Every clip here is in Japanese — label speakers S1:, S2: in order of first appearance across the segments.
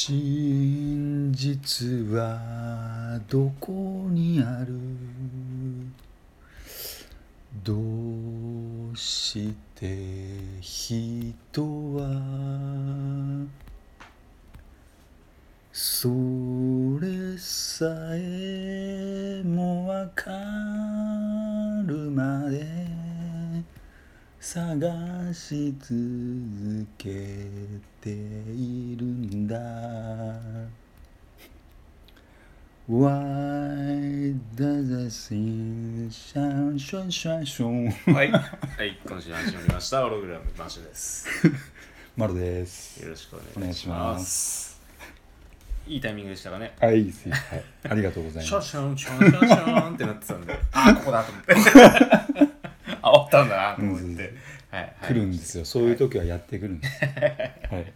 S1: 真実はどこにあるどうして人はそれさえもわかるまで探し続けているんだ Why does the sun shine, shine, shine, shine?
S2: はい、はい、今週も始まりました。オログラムマシュです。
S1: まるです
S2: よろしくお
S1: お願
S2: 願
S1: い
S2: い
S1: し
S2: し
S1: ま
S2: ます。いいタイミングでしたかね。
S1: はい、すいませんはい、ありがとうござい
S2: シャ
S1: ま
S2: ン
S1: す
S2: シャンシャンシャンシャンってなってたんで、 あ、ここだと思って。あ、終わったんだなと思
S1: う
S2: っ
S1: ん
S2: て。はい、はい
S1: 来るんですよ、そういう時はやってくるんですはい、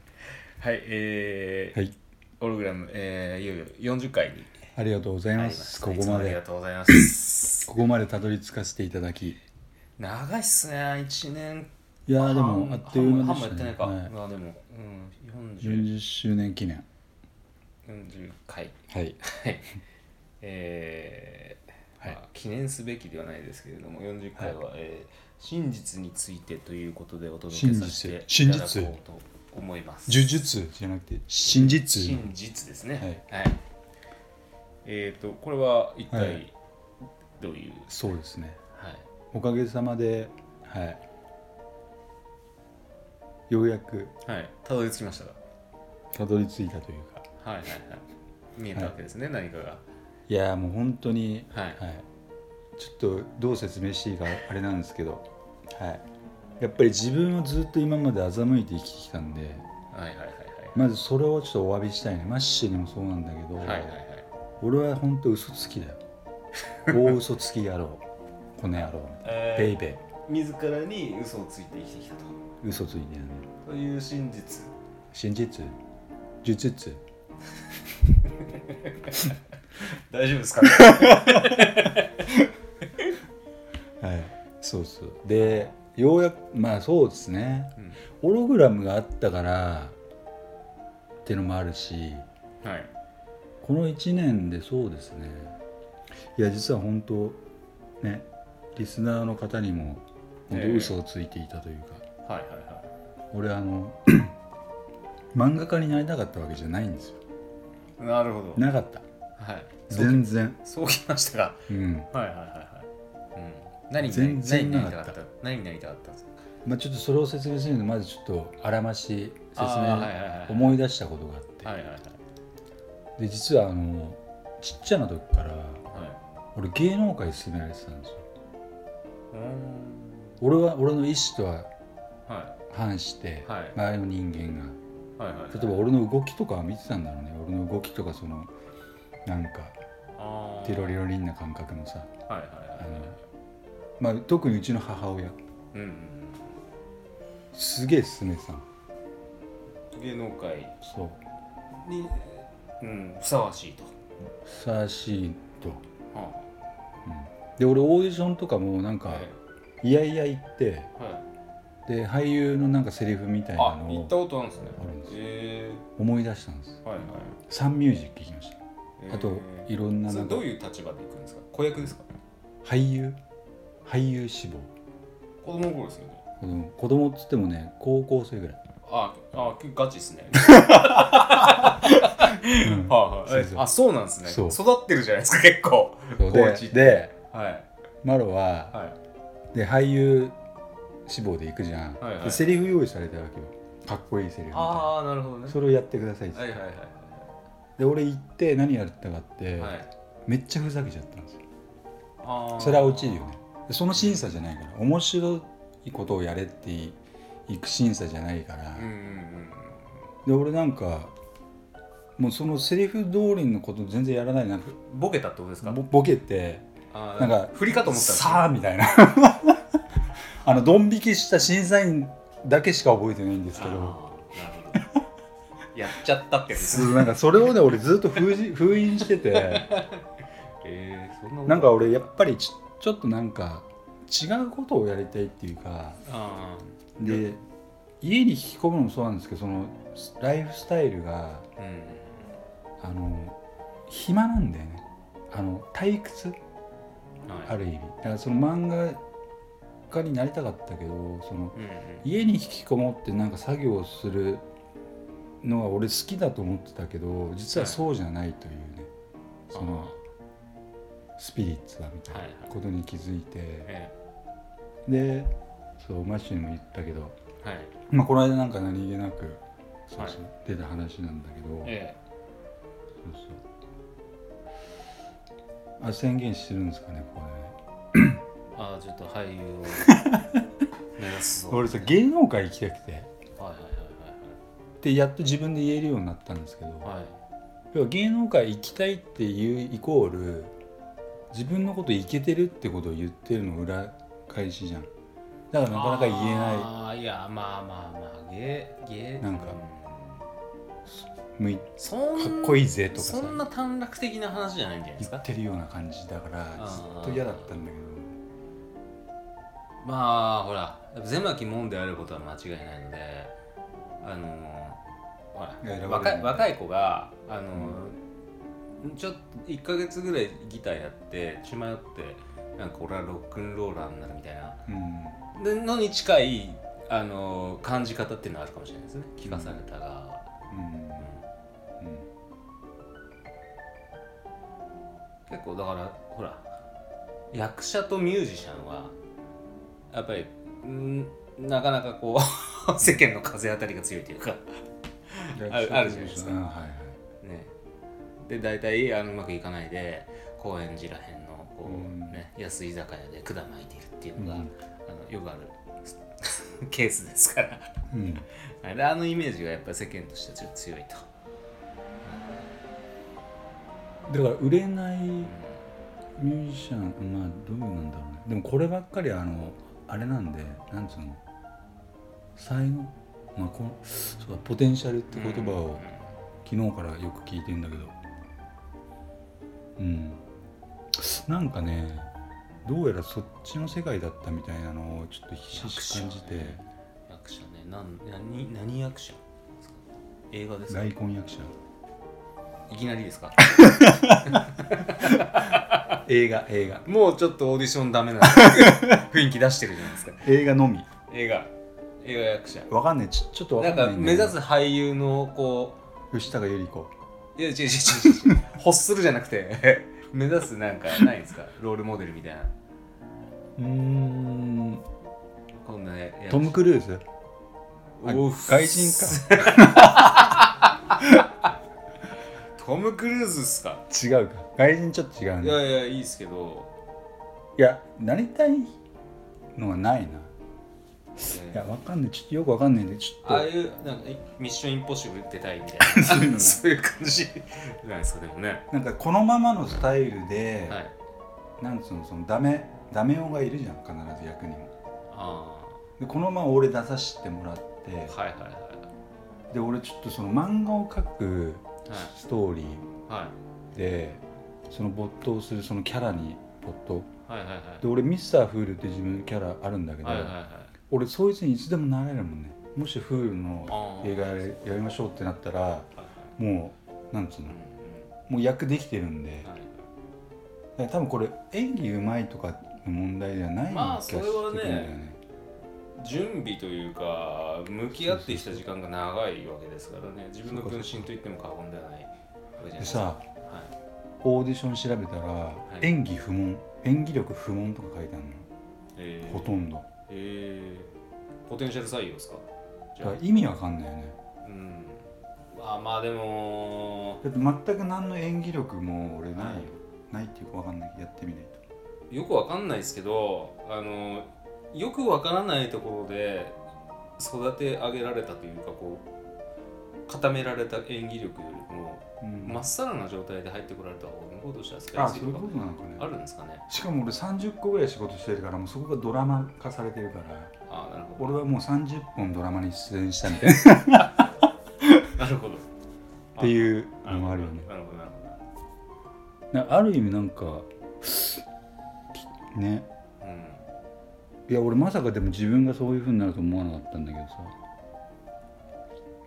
S2: はい、え
S1: は
S2: ー
S1: い、
S2: オログラム、えーいよいよ四十回に
S1: ありがとうござい
S2: なり
S1: ま
S2: ますした。
S1: こ
S2: い
S1: こ
S2: つも
S1: ま
S2: ありが
S1: で
S2: とうございます。
S1: ここまでたどり着かせていただき
S2: 長いっすね、一年。
S1: いやーでもあっという間で
S2: 半もや
S1: し
S2: って
S1: た
S2: な
S1: ね
S2: いか。
S1: はい
S2: まあでも、うん、40
S1: 40周年記念
S2: 40回。
S1: はい
S2: はい、えー
S1: はい
S2: まあ記念すべきではないですけれども40回は、えー真実についてということでお届けさせて
S1: 真
S2: い
S1: 実
S2: ただこうと思います
S1: 呪術じゃなくて真実
S2: 真実ですねはい、えっ、とこれは一
S1: は
S2: 体
S1: い
S2: どういう
S1: そうですね
S2: はい、
S1: おかげさまではいようやく
S2: はいたどり着きましたか
S1: たどり着いたというか
S2: はいはいはい見えたわけですね、何かが
S1: いやーもう本当に
S2: はい
S1: ちょっとどう説明していいかあれなんですけどはいやっぱり自分をずっと今まで欺いて生きてきたんで
S2: はいはいはい
S1: まずそれをちょっとお詫びしたいねマッシーにもそうなんだけど、
S2: はいはいはいはい
S1: 俺は本当嘘つきだ よ大嘘つき野郎この野郎ベイ
S2: え
S1: ベ
S2: ー、自らに嘘をついて生きてきたと
S1: ー嘘ついてるね
S2: という真実
S1: 真実呪術
S2: 大丈夫ですかね
S1: はいそうそうでようやくまあそうですね
S2: うん
S1: ホログラムがあったからってのもあるし
S2: はい。
S1: この1年でそうですねいや実は本当ねリスナーの方にも本当
S2: ええ
S1: 嘘をついていたというか、
S2: はいはいは
S1: 俺あの 漫画家になりたかったわけじゃないんですよ
S2: い。なるほど。
S1: なかった
S2: はい。
S1: 全然
S2: そうきましたか。
S1: うん
S2: はいはいはいはい。うん。何になり
S1: 全然
S2: 何に
S1: な
S2: なり
S1: か
S2: た
S1: った
S2: かった何になりたかったんですか
S1: まあちょっとそれを説明するのでまずちょっとあらまし説
S2: あーはい
S1: 明
S2: はいはい。
S1: 思い出したことがあって、
S2: はいはいはい。
S1: で実はあのちっちゃな時から
S2: はい。
S1: 俺芸能界に勧められてたんですよ
S2: うーん。
S1: 俺は俺の意思とは
S2: は
S1: 反して、
S2: はい
S1: 周りの人間が
S2: い。はいはいはい。
S1: 例えば俺の動きとかは見てたんだろうね俺の動きとかそのなんか
S2: あー
S1: テロリロリンな感覚のさ、
S2: はいはい
S1: あ
S2: はい
S1: の。まあ、特にうちの母親
S2: うんうん
S1: すげえ勧めてたの
S2: うん。芸能界
S1: そう
S2: に、うん、ふさわしいと。
S1: ふさわしいと
S2: は
S1: で俺オーディションとかもなん
S2: あ
S1: か
S2: はい。
S1: いやいや行って
S2: はい。
S1: で俳優のなんかセリフみたいな
S2: あ、
S1: の
S2: 行
S1: を
S2: ったことあるんですね
S1: あるんで。す
S2: え
S1: 思い出したんです
S2: え。はいはい。
S1: サンミュージック行きました
S2: えー
S1: あといろんな
S2: そ
S1: な
S2: れ
S1: んか
S2: どういう立場で行くんですか子役ですか
S1: 俳優俳優志望
S2: 子供の頃ですよね。
S1: うん子供っつってもね高校生ぐらい
S2: ああ結構ガチですね。
S1: うん
S2: はい
S1: そ
S2: はい
S1: うそう
S2: あそうなんですね。
S1: そう
S2: 育ってるじゃないですか結構。
S1: そう
S2: 高
S1: で
S2: 知
S1: で
S2: はい
S1: マロは
S2: はい
S1: で俳優志望で行くじゃん、
S2: はいはい
S1: でセリフ用意されたわけよかっこいいセリフみたいな
S2: ああなるほどね。
S1: それをやってくださいっつって、
S2: はいはいはい
S1: で俺行って何やったかって、
S2: はいはい。
S1: めっちゃふざけちゃったんですよ
S2: あー
S1: それは落ちるよね。でその審査じゃないから面白いことをやれってい行く審査じゃないから、
S2: うんうんうん
S1: で俺なんかもうそのセリフ通りのこと全然やらないでなんか
S2: うん。ボケたってことですか。
S1: ぼボケて
S2: あー
S1: なんか
S2: 振りかと思ったんですよ
S1: さあみたいな あのドン引きした審査員だけしか覚えてないんですけど
S2: あーなるほど。やっちゃったってやつです
S1: そ
S2: ね。
S1: うなんかそれをね俺ずっと封じ 封印してて
S2: えーそんなこと
S1: なんか俺やっぱりちちょっとなんか違うことをやりたいっていうか
S2: あー
S1: で家に引き込むのもそうなんですけどそのライフスタイルが
S2: うん
S1: あの暇なんだよねあの退屈
S2: はい
S1: ある意味だからその漫画家になりたかったけどその
S2: うんうん
S1: 家に引きこもってなんか作業をするのは俺好きだと思ってたけど実はそうじゃないというねそのスピリッツはみたい
S2: はいは
S1: ないことに気づいて
S2: え
S1: でそうマッシュにも言ったけど、
S2: えはい
S1: まあ、この間なんか何気なくそうそう出た話なんだけど、
S2: え
S1: そうそうあ宣言してるんですかねここでね
S2: えああちょっと俳優 を目指すぞ
S1: 俺さ芸能界行きたくて
S2: はいはい
S1: でやっと自分で言えるようになったんですけど、
S2: はいはいはい
S1: 要は芸能界行きたいっていうイコール自分のこといけてるってことを言ってるの裏返しじゃんだからなかなか言えない
S2: ああいやまあまあまあ芸芸
S1: なんか
S2: う
S1: むいか
S2: そん
S1: っこいいぜとかさ
S2: そんな短絡的な話じゃないんじゃないで
S1: 言
S2: すか
S1: ってるような感じだからず
S2: ー
S1: っと嫌だったんだけ
S2: まあほらやっぱ狭き門であることは間違いないのであのーほ
S1: いや選ばれ
S2: ら
S1: る
S2: 若い若い子があのーちょっと1ヶ月ぐらいギターやって血迷ってなんか俺はロックンローラーになるみたいな
S1: ど、うん、
S2: でのに近いあのー感じ方っていうのはあるかもしれないですね聞かされた側は、
S1: うんうん
S2: 結構だからほら役者とミュージシャンはやっぱりんなかなかこう 世間の風当たりが強いというかあるあるじゃないですか
S1: うんはいはい
S2: ねで大体あのうまくいかないで高円寺らへんのこ
S1: うん
S2: う、ね安い居酒屋で管巻いているっていうのが、
S1: うん
S2: あのよくある ケースですから
S1: うん
S2: はいであのイメージがやっぱり世間としてはちょっと強いと、
S1: だから売れない
S2: うん
S1: ミュージシャンまあどうなんだろうねでもこればっかりあのあれなんでなんつうの才能まあこのそうだポテンシャルって言葉を昨日からよく聞いてんだけどうんなんかねどうやらそっちの世界だったみたいなのをちょっとひしひし感じて
S2: 役者ねなん何何役者映画ですか
S1: 大根役者
S2: いきなりですか
S1: 映画映画
S2: もうちょっとオーディションダメ な雰囲気出してるじゃないですか
S1: 映画のみ
S2: 映画映画役者
S1: わかんないちょちょっとわ
S2: な
S1: かんな
S2: ん
S1: い
S2: か
S1: だ
S2: 目指す俳優のこ
S1: 吉高由里子
S2: ういや違う違う違う違う欲するじゃなくて 目指すなんかないんですかロールモデルみたいな
S1: うーん
S2: こんなね
S1: トム・クルーズあ
S2: おう
S1: 外人か
S2: トム・クルーズっすか
S1: 違うか外人ちょっと違うね
S2: い
S1: いや
S2: やいやいいっすけど、
S1: なりたいのはないない
S2: えー
S1: やわかんないちょっとよくわかんないんでちょっ
S2: ああ
S1: と
S2: いうなんかミッションインポッシブル出たいみたいな
S1: そういうの
S2: そういう感じじゃないですかでもね
S1: なんかこのままのスタイルで、
S2: はい
S1: なんつうのそのダメダメ男がいるじゃん必ず役にも
S2: あ
S1: でこのまま俺出させてもらって
S2: あはいはいはい
S1: で俺ちょっとその漫画を描くストーリ
S2: は
S1: ー
S2: い
S1: でその没頭するそのキャラに没頭
S2: はいはいはい
S1: で俺ミスターフールって自分のキャラあるんだけど、
S2: はいはいはい
S1: 俺そいつにいつでもなれるもんねもしフールの
S2: ああ
S1: 映画やれやりましょうってなったら
S2: はいはい
S1: もうなんつう
S2: う
S1: の
S2: んう
S1: もう役できてるんで
S2: んは
S1: だ
S2: い
S1: から多分これ演技うまいとかの問題ではない
S2: まあ
S1: 気がしてくるんだよ
S2: それは
S1: ね
S2: 準備というか向き合ってきた時間が長いわけですからね自分の分身と言っても過言ではないわけじゃない
S1: で
S2: ですか、
S1: さ
S2: は
S1: オーディション調べたら、
S2: い
S1: 演技不問演技力不問とか書いてあるの、
S2: い、えー
S1: ほとんど
S2: えーポテンシャル採用ですかじ
S1: だ
S2: ゃ
S1: から意味わかんないよね
S2: あうんまあまあでも
S1: だって全く何の演技力も俺ないよ、
S2: はい
S1: ないっていうかわかんないやってみないと
S2: よくわかんないですけどあのよくわからないところで育て上げられたというかこう固められた演技力よりも
S1: うん
S2: まっさらな状態で入ってこられた方が向こうとしては使いや
S1: あ
S2: すい
S1: そう
S2: と
S1: いうこ
S2: か
S1: となのかね
S2: あるんですかね
S1: しかも俺30個ぐらい仕事してるからもうそこがドラマ化されてるから
S2: ああなるほ
S1: 俺はもう30本ドラマに出演したみたいなっ
S2: どなるほど
S1: ていう
S2: な
S1: のも
S2: るほど
S1: あるよね
S2: なるほどなるほ
S1: なある意味なんかね
S2: どうん
S1: いや俺まさかでも自分がそういうふうになると思わなかったんだけどさ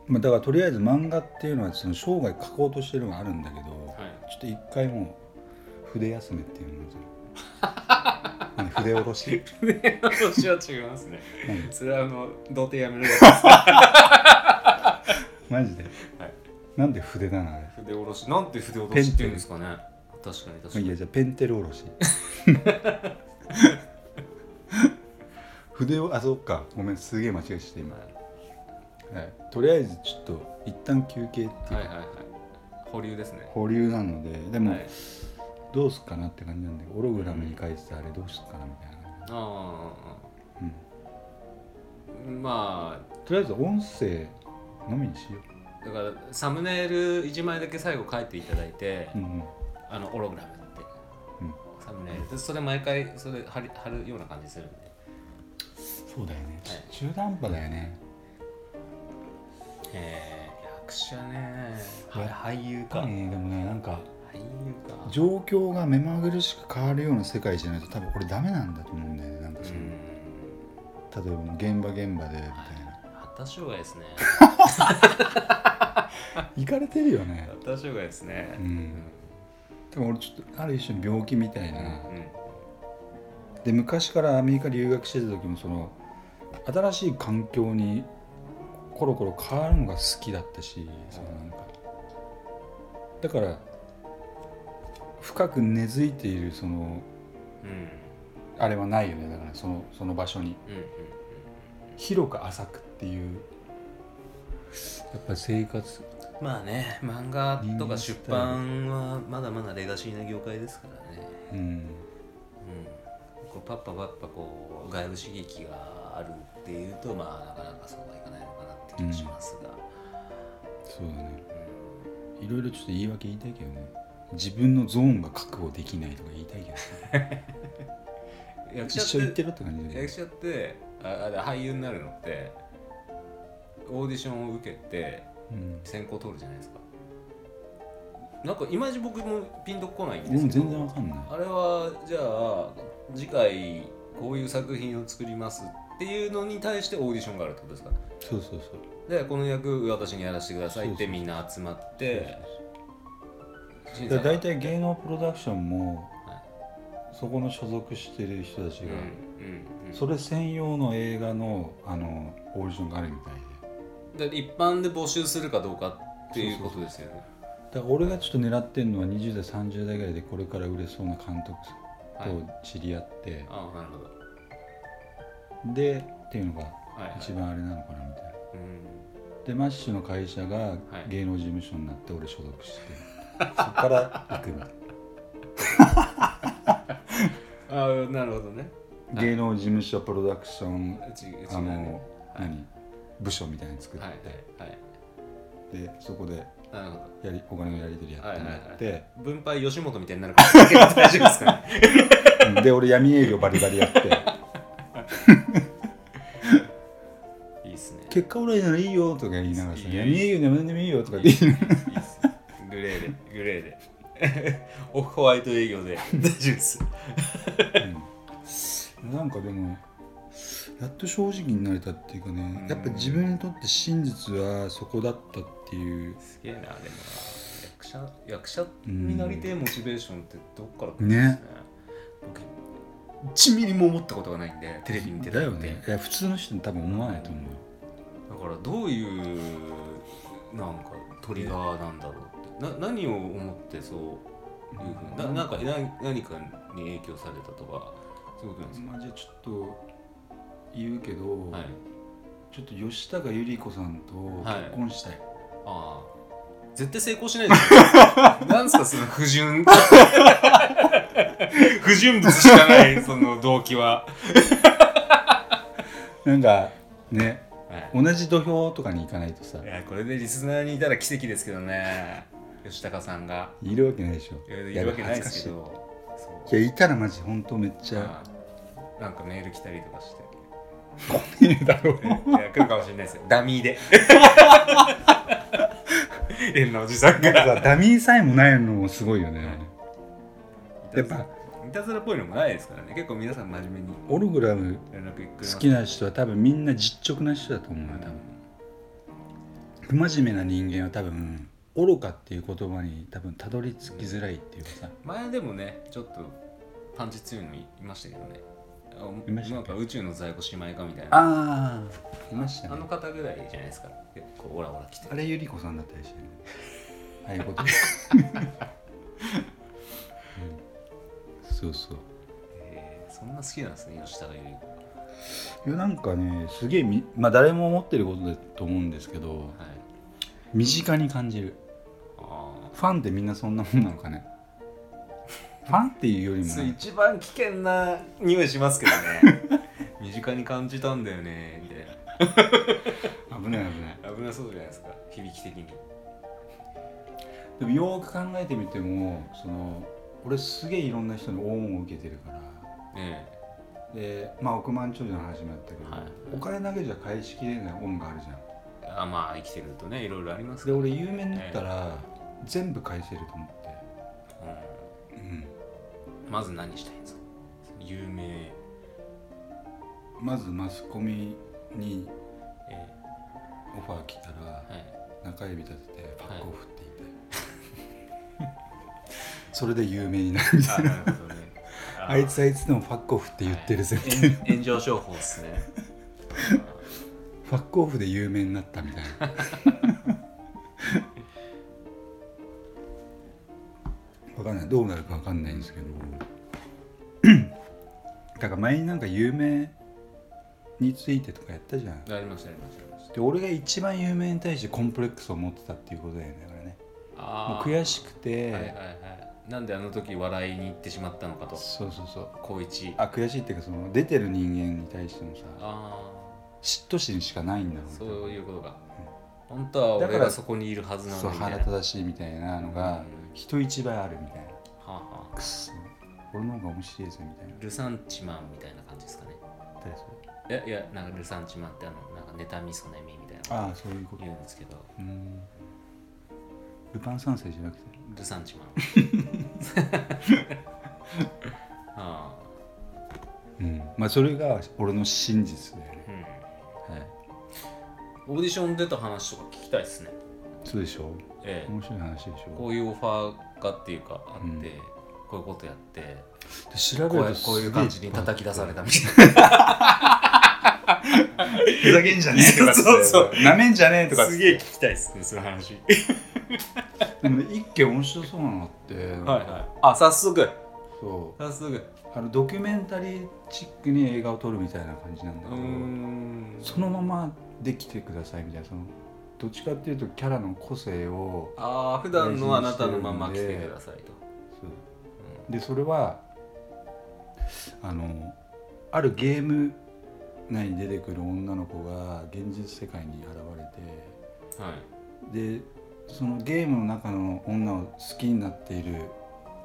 S1: まあ、だからとりあえず漫画っていうのはその生涯書こうとしてるのがあるんだけど、
S2: はい
S1: ちょっと一回もう筆休めっていうのをする 何筆下ろし
S2: 船の年は違いますね
S1: 何
S2: それはあの童貞やめるやつ ですね
S1: マジで、
S2: はい
S1: なんで筆なのあれ
S2: 筆下ろしなんて筆下ろしって言うんですかね確かに確か
S1: いや
S2: に
S1: じゃあペンテルおろし 筆をあそっかごめんすげえ間違えして今、
S2: は
S1: はい、とりあえずちょっと一旦休憩っていう
S2: いはいはいはい保留ですね
S1: 保留なのででも
S2: はい
S1: どうすっかなって感じなんでオログラムに書いてたあれどうすっかなみたいな、
S2: あ
S1: うん、
S2: あまあ
S1: とりあえず音声のみにしよ
S2: だからサムネイル1枚だけ最後書いていただいて、
S1: う、うんうん、
S2: あのオログラムって、
S1: うん
S2: サムネイルでそれ毎回それ貼り貼るような感じするんで
S1: そうだよね、
S2: はい
S1: 中途半端だよね
S2: えー、役者ね
S1: はい
S2: 俳優
S1: 多
S2: か、
S1: 分ねでもねなんか
S2: 俳優か
S1: 状況が目まぐるしく変わるような世界じゃないと多分これダメなんだと思うんだよねなんか
S2: う
S1: その、
S2: ん
S1: 例えばもう現場現場でみたいな
S2: 発達障害ですね
S1: 行かれてるよね
S2: 発達障害ですね
S1: うん
S2: うん
S1: でも俺ちょっとある一種の病気みたいな、
S2: うん
S1: で昔からアメリカ留学してた時もその新しい環境にコロコロ変わるのが好きだったし、そのなんかだから深く根付いているその
S2: うん
S1: あれはないよねだからそのその場所に
S2: うんうん
S1: 広く浅くっていうやっぱり生活
S2: まあね漫画とか出版はまだまだレガシーな業界ですからね
S1: うん
S2: うん、こうパッパパッパこう外部刺激があるっていうとまあなかなかそうはいかないのかなって気がしますが、
S1: そうだね
S2: うん
S1: いろいろちょっと言い訳言いたいけどね自分のゾーンが確保できないとか言いたい けど、ね、
S2: 役
S1: 一
S2: 者
S1: 緒言
S2: っ
S1: っててろって感じだよ
S2: 役
S1: ね
S2: 者ってああ俳優になるのってオーディションを受けて
S1: うん
S2: 選考取るじゃないですかなんかいまいち僕もピンとこないん
S1: でも
S2: ですけ
S1: 全然わ
S2: ど
S1: かんない
S2: あれはじゃあ次回こういう作品を作りますっていうのに対してオーディションがあるってことですか
S1: そうそうそう
S2: でこの役私にやらせてくださいっ
S1: そうそう
S2: て
S1: そう
S2: みんな集まって審査
S1: だ
S2: が
S1: 大体芸能プロダクションも
S2: は
S1: そこの所属してる人たち
S2: うん
S1: が、
S2: うんうん
S1: それ専用の映画のあのオーディションがあるみたいで
S2: で一般で募集するかどうかっていうことですよね
S1: だから俺がちょっと狙ってるのは20代30代ぐらいでこれから売れそうな監督
S2: はい
S1: と知り合って、
S2: ああなるほど
S1: でっていうのが
S2: はいはい
S1: 一番あれなのかなみたいな
S2: うん
S1: でマッシュの会社が
S2: い
S1: 芸能事務所になって俺所属して、そっから行くみたい
S2: ああなるほどね
S1: な芸能事務所プロダクション
S2: うちうち
S1: あ
S2: がね
S1: の、何部署みたいに作って、
S2: はいはいはい
S1: でそこで
S2: なるほ
S1: やりお金のやり取りやってもらって、
S2: ど分配吉本みたいになるから大丈夫ですか ね
S1: で俺闇営業バリバリやって
S2: いいっすね
S1: 結果オレンジならいいよとか言いながらさ
S2: いいよ
S1: 闇営業でも何でもいいよとか言って
S2: いいっすグレーでグレーで オフホワイト営業で大丈夫です
S1: なんかでもやっと正直になれたっていうかね、
S2: うん
S1: やっぱ自分にとって真実はそこだったっていう
S2: すげえなでもな役者役者になりてえモチベーションってどっから来るんです
S1: ね
S2: ね僕1ミリも思ったことがないんでテレビ見てた
S1: だよ
S2: ので
S1: ねいや普通の人多分思わないと思うよ
S2: だからどういうなんかトリガーなんだろうってな何を思ってそういうふうにななんかな何かに影響されたとかそういうことなんですか、
S1: まあ、じゃあちょっと言うけど、
S2: はい
S1: ちょっと吉高由里子さんと結婚したい、
S2: ああ絶対成功しな いですよなんすかその不純不純物しかないその動機は、
S1: なんかね
S2: はい
S1: 同じ土俵とかに行かないとさ
S2: いやこれでリスナーにいたら奇跡ですけどね吉高さんが
S1: いるわけないでしょ
S2: いやいるわけないですけど
S1: いやいたらマジ本当めっちゃ
S2: あなんかメール来たりとかして
S1: 来ねえだろう
S2: いや来るかもしれないですよ ダミーで変なおじさん
S1: なん
S2: が
S1: かさダミーさえもないのもすごいよね、やっぱ
S2: いたずらっぽいのもないですからね結構皆さん真面目に
S1: オルグラム
S2: 連絡くれます
S1: 好きな人は多分みんな実直な人だと思うよ多
S2: うん
S1: 分不真面目な人間は多分愚かっていう言葉に多分たどり着きづらいっていうかさ
S2: 前でもねちょっとパンチ強いのいいましたけどねあ
S1: いました
S2: な
S1: っ
S2: ん
S1: け
S2: か宇宙の在庫姉妹かみたいな
S1: ああいましたね
S2: あの方ぐらいじゃないですか結構オラオラ来て
S1: あれゆり子さんだったり してねああいう こと、うん、そうそう
S2: へえそんな好きなんですね吉高由里子
S1: いやなんかねすげえみ、まあ、誰も思ってることだと思うんですけど
S2: はい
S1: 身近に感じる
S2: あ
S1: ファンってみんなそんなもんなのかねファンっていうよりも、
S2: あ
S1: ね、
S2: 一番危険な匂いしますけどね 身近に感じたんだよねみたい
S1: 危ない危ない
S2: な危なそうじゃないですか響き的に
S1: でもよーく考えてみてもその俺すげえいろんな人に恩を受けてるから
S2: ね
S1: でまあ億万長者の話もやったけど、
S2: はい
S1: お金だけじゃ返しきれない恩があるじゃん
S2: えあまあ生きてるとねいろいろあります
S1: で
S2: から
S1: 俺有名になったら全部返せると思っ
S2: う
S1: て、うん、
S2: んまず何したいんですか有名
S1: まずマスコミに
S2: え
S1: オファー来たら
S2: ーはい
S1: 中指立ててパックを振っていたい、それで有名になるみたい
S2: あなるほどね
S1: なあいつあいつでもファックオフって言ってるぜ、
S2: はい炎炎上商法っすね
S1: ファックオフで有名になったみたいな わかんないどうなるかわかんないんですけど だから前になんか有名についてとかやったじゃん
S2: ありましたありましたありました
S1: で俺が一番有名に対してコンプレックスを持ってたっていうことだよねだからねもう
S2: あー
S1: 悔しくて、
S2: はいはいはいなんであの時笑いに行ってしまったのかと
S1: そうそうそう
S2: 高一あ
S1: あ悔しいっていうかその出てる人間に対してのさ
S2: あ
S1: 嫉妬心しかないんだろう
S2: ー
S1: ね
S2: そういうことか、本当は
S1: だか
S2: 俺
S1: ら
S2: がそこにいるはずな
S1: そ
S2: の
S1: う
S2: にみたい
S1: 腹
S2: な
S1: 立たしいみたいなのが
S2: うん
S1: 人一倍あるみたいな
S2: はあは
S1: くっそ俺の方が面白いぜみたいな
S2: あルサンチマンみたいな感じですかね
S1: 誰それ
S2: いやいやなんかルサンチマンってあのなんか妬みそねみみたいな
S1: ああそういうこと
S2: 言うんですけど
S1: うんルパン三世じゃなくて
S2: ルサン チマンあ
S1: うんまあそれが俺の真実だよね
S2: あうん
S1: はい
S2: オーディション出た話とか聞きたいですね
S1: そうでしょ
S2: ええ
S1: 面白い話でし
S2: こ
S1: ょ
S2: ういうオファーがっていうかあって、
S1: うん
S2: こういうことやって
S1: で調
S2: こ
S1: べ
S2: う
S1: る
S2: いう
S1: と
S2: こういう感じに叩き出されたみたいな
S1: ふざけんじゃねえとかって
S2: そうそう
S1: なめんじゃねえとかっつって
S2: 聞きたい ですね、その話。
S1: でも一件面白そうなのってはい
S2: はいはい。あ、早速。
S1: そう
S2: 早速。
S1: あのドキュメンタリーチックに映画を撮るみたいな感じなんだ
S2: う
S1: け
S2: ー
S1: ど、
S2: ん。
S1: そのままできてくださいみたいなそのどっちかっていうとキャラの個性を
S2: ああ、普段のあなたのまま来てくださいと。
S1: でそれはあのあるゲーム内に出てくる女の子が現実世界に現
S2: はい。
S1: れてでそのゲームの中の女を好きになっている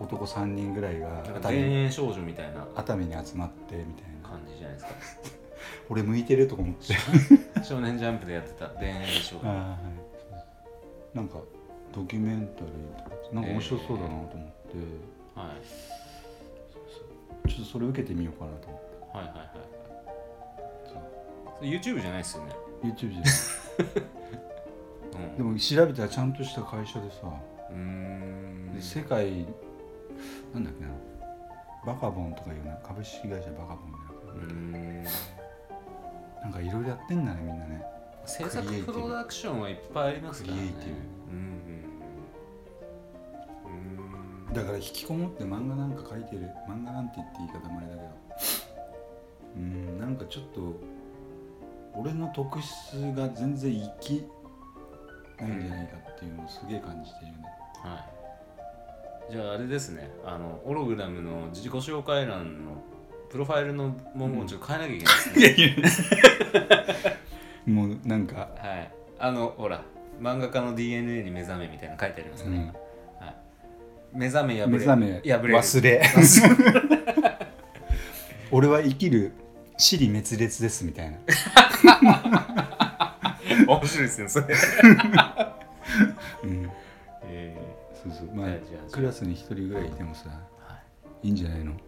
S1: 男3人ぐらいが
S2: なん
S1: 熱
S2: か田
S1: 海
S2: 園少女みたいな
S1: 熱海に集まってみたいな
S2: 感じじゃない です
S1: 俺向いてるとか思って
S2: か。少年ジャンプでやってた田園少
S1: あー
S2: 女。
S1: はいなんかドキュメンタリーとかなんか面白そうだなと思って、
S2: はい。
S1: ちょっとそれ受けてみようかなと思
S2: はいはいはい。
S1: っ
S2: それ YouTube じゃないですよね。
S1: て YouTube じゃない
S2: う
S1: で
S2: ん。う
S1: も調べたらちゃんとした会社でさ、
S2: ーん。
S1: で世界なんだっけなバカボンとかいうな株式会社バカボンじゃ
S2: う
S1: な
S2: ーん
S1: くてなんかいろいろやってんだねみんなね
S2: 制作プロダクションはいっぱいありますからね。
S1: クリエイティ
S2: うんうんうん。うーん。
S1: だから引きこもって漫画なんか描いてる漫画なんて言って言い方もあれだけどうんなんかちょっと俺の特質が全然生きないんじゃないかっていうのをすげえ感じてるね、
S2: はい、じゃああれですねあのオログラムの自己紹介欄のプロファイルの文言をちょっと変えなきゃいけないですね、
S1: もうなんか、
S2: はいあのほら漫画家の DNA に目覚めみたいなの書いてあります
S1: う
S2: ね、
S1: ん、
S2: はい、目覚め破れ
S1: 目覚め
S2: 破れる
S1: 忘れ 俺は生きる死に滅裂ですみたいな
S2: 面白いですねそれ、
S1: うん
S2: え
S1: そうそうまあ
S2: じゃあじゃあ
S1: クラスに一人ぐらいいてもさ
S2: ーはい
S1: いいんじゃないのはい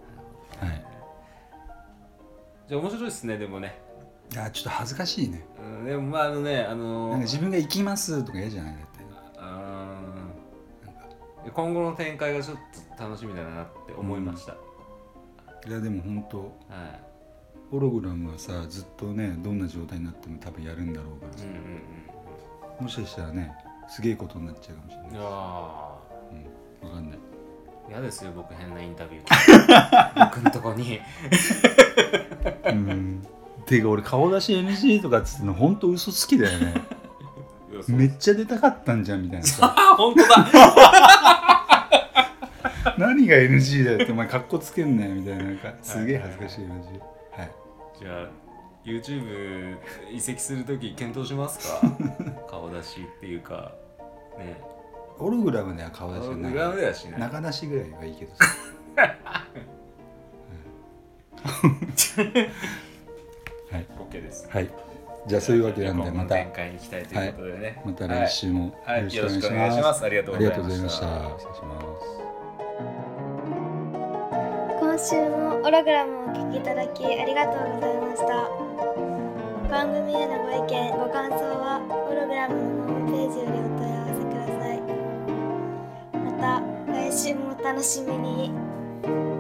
S2: じゃあ面白いですねでもね
S1: いやちょっと恥ずかしいね
S2: うんでもまああのね
S1: な
S2: あ
S1: んか
S2: の
S1: 自分が行きますとか嫌じゃないだって
S2: うん今後の展開がちょっと楽しみだなって思いました、
S1: いやでも本当
S2: はい
S1: ホログラムはさずっとねどんな状態になっても多分やるんだろうから
S2: う
S1: さ
S2: ん、
S1: もしかしたらねすげえことになっちゃうかもしれ
S2: うんう
S1: ない分かん
S2: んいやー
S1: ない
S2: 嫌ですよ僕変なインタビュー 僕のとこに
S1: うんてか俺顔出し NG とかっつっての本当嘘つきだよねめっちゃ出たかったんじゃんみたいな さ
S2: あ本当だ
S1: 何が NG だよってお前かっこつけんなよみたいななんかすげえ恥ずかしい NG はい
S2: じゃあ YouTube 移籍するとき検討します か顔出しっていうかね
S1: ホログラムでは顔出しはない
S2: 裏ではしない
S1: 中出しぐらいはいいけど さ はい、
S2: OK です
S1: はい、じゃあそういうわけなんでまた
S2: 今後の展開に行きたいということでね、
S1: また来週も
S2: はい、よろしくお願いします。ありがとう
S1: あ
S2: ご
S1: り
S2: ざ
S1: が
S2: い
S1: とうご
S2: ま
S1: ざいま
S2: し
S1: したた。失礼します
S3: 今週もオログラムをお聞きいただきありがとうございました番組へのご意見ご感想はオログラムのホームページよりお問い合わせくださいまた来週もお楽しみに